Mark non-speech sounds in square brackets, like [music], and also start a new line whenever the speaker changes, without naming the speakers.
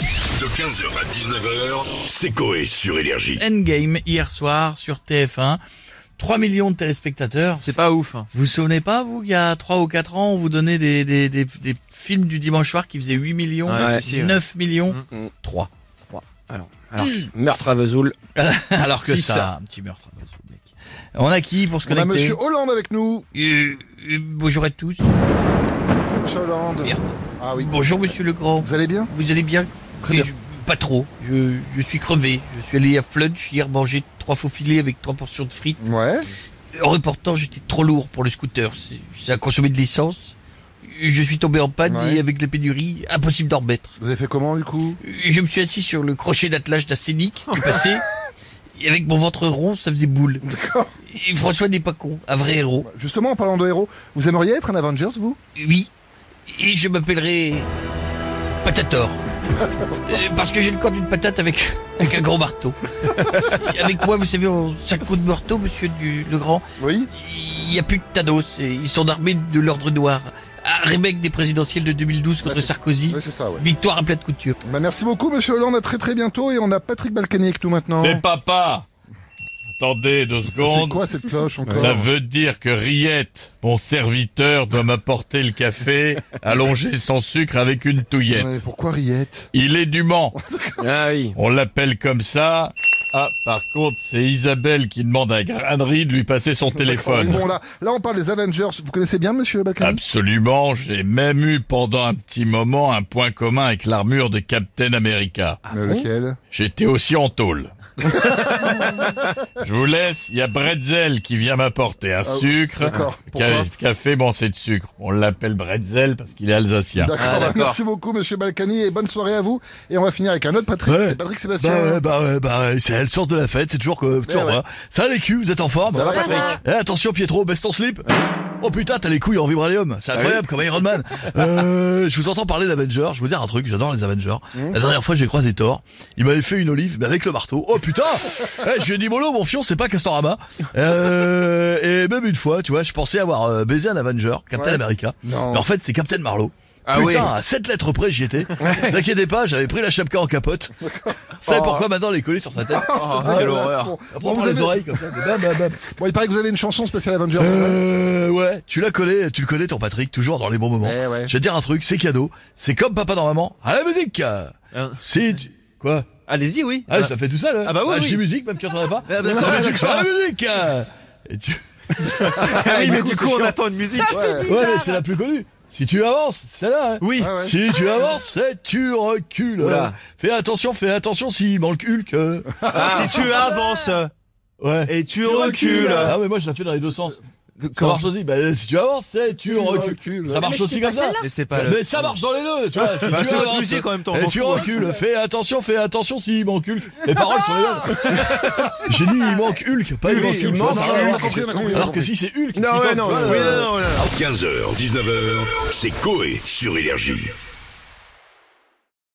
De 15h à 19h, c'est Coé sur Énergie.
Endgame hier soir sur TF1. 3 millions de téléspectateurs.
C'est pas ouf. hein.
Vous vous souvenez pas, vous, qu'il y a 3 ou 4 ans, on vous donnait des, des, des, des films du dimanche soir qui faisaient 8 millions,
Ouais, si, si, ouais.
9 millions,
Mm, mm.
3.
Meurtre à Vesoul.
[laughs] Alors que
Si,
ça,
ça.
un petit meurtre. mec. On a qui pour se
On a
connecter
Monsieur Hollande avec nous.
Euh, euh, Bonjour à tous.
Monsieur Hollande.
Merde.
Ah oui.
Bonjour, monsieur Legrand.
Vous allez bien
Vous allez bien
Très
Mais
bien.
je- pas trop. Je, je suis crevé. Je suis allé à Flunch hier manger trois faux filets avec trois portions de frites.
Ouais.
En reportant, j'étais trop lourd pour le scooter. C'est- Ça a consommé de l'essence. Je suis tombé en panne
Ouais.
et avec la pénurie, impossible d'en remettre.
Vous avez fait comment du coup
Je me suis assis sur le crochet d'attelage d'un Scénic qui
[laughs]
passait. Et avec mon ventre rond, ça faisait boule.
D'accord.
Et François n'est pas con, un vrai héros.
Justement, en parlant de héros, vous aimeriez être un Avengers, vous
Oui. Et je m'appellerai Patator. Euh, Parce que j'ai le corps d'une patate avec, avec un gros
[laughs]
marteau. avec moi, vous savez, en cinq coups de marteau, monsieur du, le grand,
Oui.
il n'y a plus de Thanos. et ils sont armés de l'ordre noir. Un remake des présidentielles de 2012 contre
Ouais, c'est-
Sarkozy.
c'est ça, ouais.
Victoire à plat de couture.
Bah, merci beaucoup, Monsieur Hollande. À très très bientôt. Et on a Patrick Balkany avec nous maintenant.
C'est papa. Attendez deux
Ça, C'est
secondes.
quoi cette cloche encore
Ça veut dire que Riette, mon serviteur, doit m'apporter le
[laughs]
café allongé sans sucre avec une touillette.
Ouais, Pourquoi Riette
Il est du Mans.
Ah oui.
On l'appelle comme ça. Ah, par contre, c'est Isabelle qui demande à Granerie de lui passer son téléphone.
Bon là, là on parle des Avengers. Vous connaissez bien Monsieur Balkany
Absolument, j'ai même eu pendant un petit moment un point commun avec l'armure de Captain America.
Mais Lequel
J'étais aussi en
[laughs]
tôle. Je vous laisse, il y a Bretzel qui vient m'apporter un
Ah,
sucre.
d'accord. Pourquoi
Ca- Café, bon c'est de sucre. On l'appelle Bretzel parce qu'il est alsacien.
D'accord.
Ah,
bah,
d'accord.
merci beaucoup, Monsieur Balkany, et bonne soirée à vous. Et on va finir avec un autre Patrick.
Ouais.
C'est Patrick Sébastien.
Bah ouais, bah ouais, bah ouais, c'est elle sort de la fête, c'est toujours que toujours
ouais.
moi. Ça les culs, vous êtes en forme
Ça va,
Bah,
Patrick
Eh, Attention Pietro, baisse ton slip. Oh putain, t'as les couilles en vibranium, c'est incroyable comme Iron Man. Euh, je vous entends parler d'Avengers, je vous dire un truc, j'adore les Avengers. La dernière fois j'ai croisé Thor, il m'avait fait une olive, mais avec le marteau.
[laughs]
Oh putain Eh, Je lui ai dit mollo, mon fion, c'est pas Castorama. Euh, et même une fois, tu vois, je pensais avoir euh, baisé un Avenger, Captain
Ouais.
America.
Non.
Mais en fait c'est Captain Marlowe.
Ah
Putain,
oui.
à 7 lettres près, j'y étais. Vous inquiétez pas, j'avais pris la chapka en
[laughs]
capote. Vous
Oh.
savez pourquoi maintenant elle est collée sur sa tête
Oh,
Ah,
quelle
bah,
horreur.
bon.
Après,
Bon,
on
vous
prend les
avez-
oreilles comme ça. mais bam, bam, bam.
Bon, il paraît que vous avez une chanson spéciale Avengers. c'est vrai
Euh, ouais, tu l'as collé, tu le connais ton Patrick, toujours dans les bons moments.
Eh ouais.
[laughs] Je vais te dire un truc, c'est cadeau. C'est comme papa dans maman. À la musique
Hein.
Si tu- Quoi
Allez-y, oui.
Ah, je l'ai fait tout seul. hein.
Ah bah oui,
je
oui.
dis musique, même tu entendrais pas.
Ah, d'accord.
[laughs] À la musique, à la musique euh. Et tu-
Ah oui, mais du
c'est
coup, on
chiant. Ah
attend une musique.
Ouais.
Ouais, mais c'est la plus connue. Si tu avances, c'est là. Hein.
Oui.
Ah ouais.
Si tu avances, et tu recules.
Oula.
Fais attention, fais attention s'il manque Hulk. euh.
Si tu avances
Ouais.
et tu recules.
Ah mais moi je la fais dans les deux sens. Ça
Comment
marche aussi. Bah, euh, si tu avances, c'est tu, recules.
recules.
Ça marche
Mais
aussi
c'est pas
comme ça.
Mais c'est pas le.
Mais ça marche dans les deux, tu vois. Si
Bah,
tu
c'est votre
avances,
musique en même temps. on
Et
s'en
Eh, tu
fout, hein.
recules, fais attention, fais attention s'il manque Hulk. Les paroles sont les mêmes. [laughs] J'ai dit il manque Hulk, pas il
Oui,
manque
oui,
Hulk.
il
Non,
manque
Ça,
non,
ça
on a
marche.
compris, on a compris, on a
Alors que
compris.
si c'est Hulk,
Non,
il
ouais,
tente
non,
pas,
oui,
euh,
non, non.
À 15h, 19h, c'est Coé sur Énergie.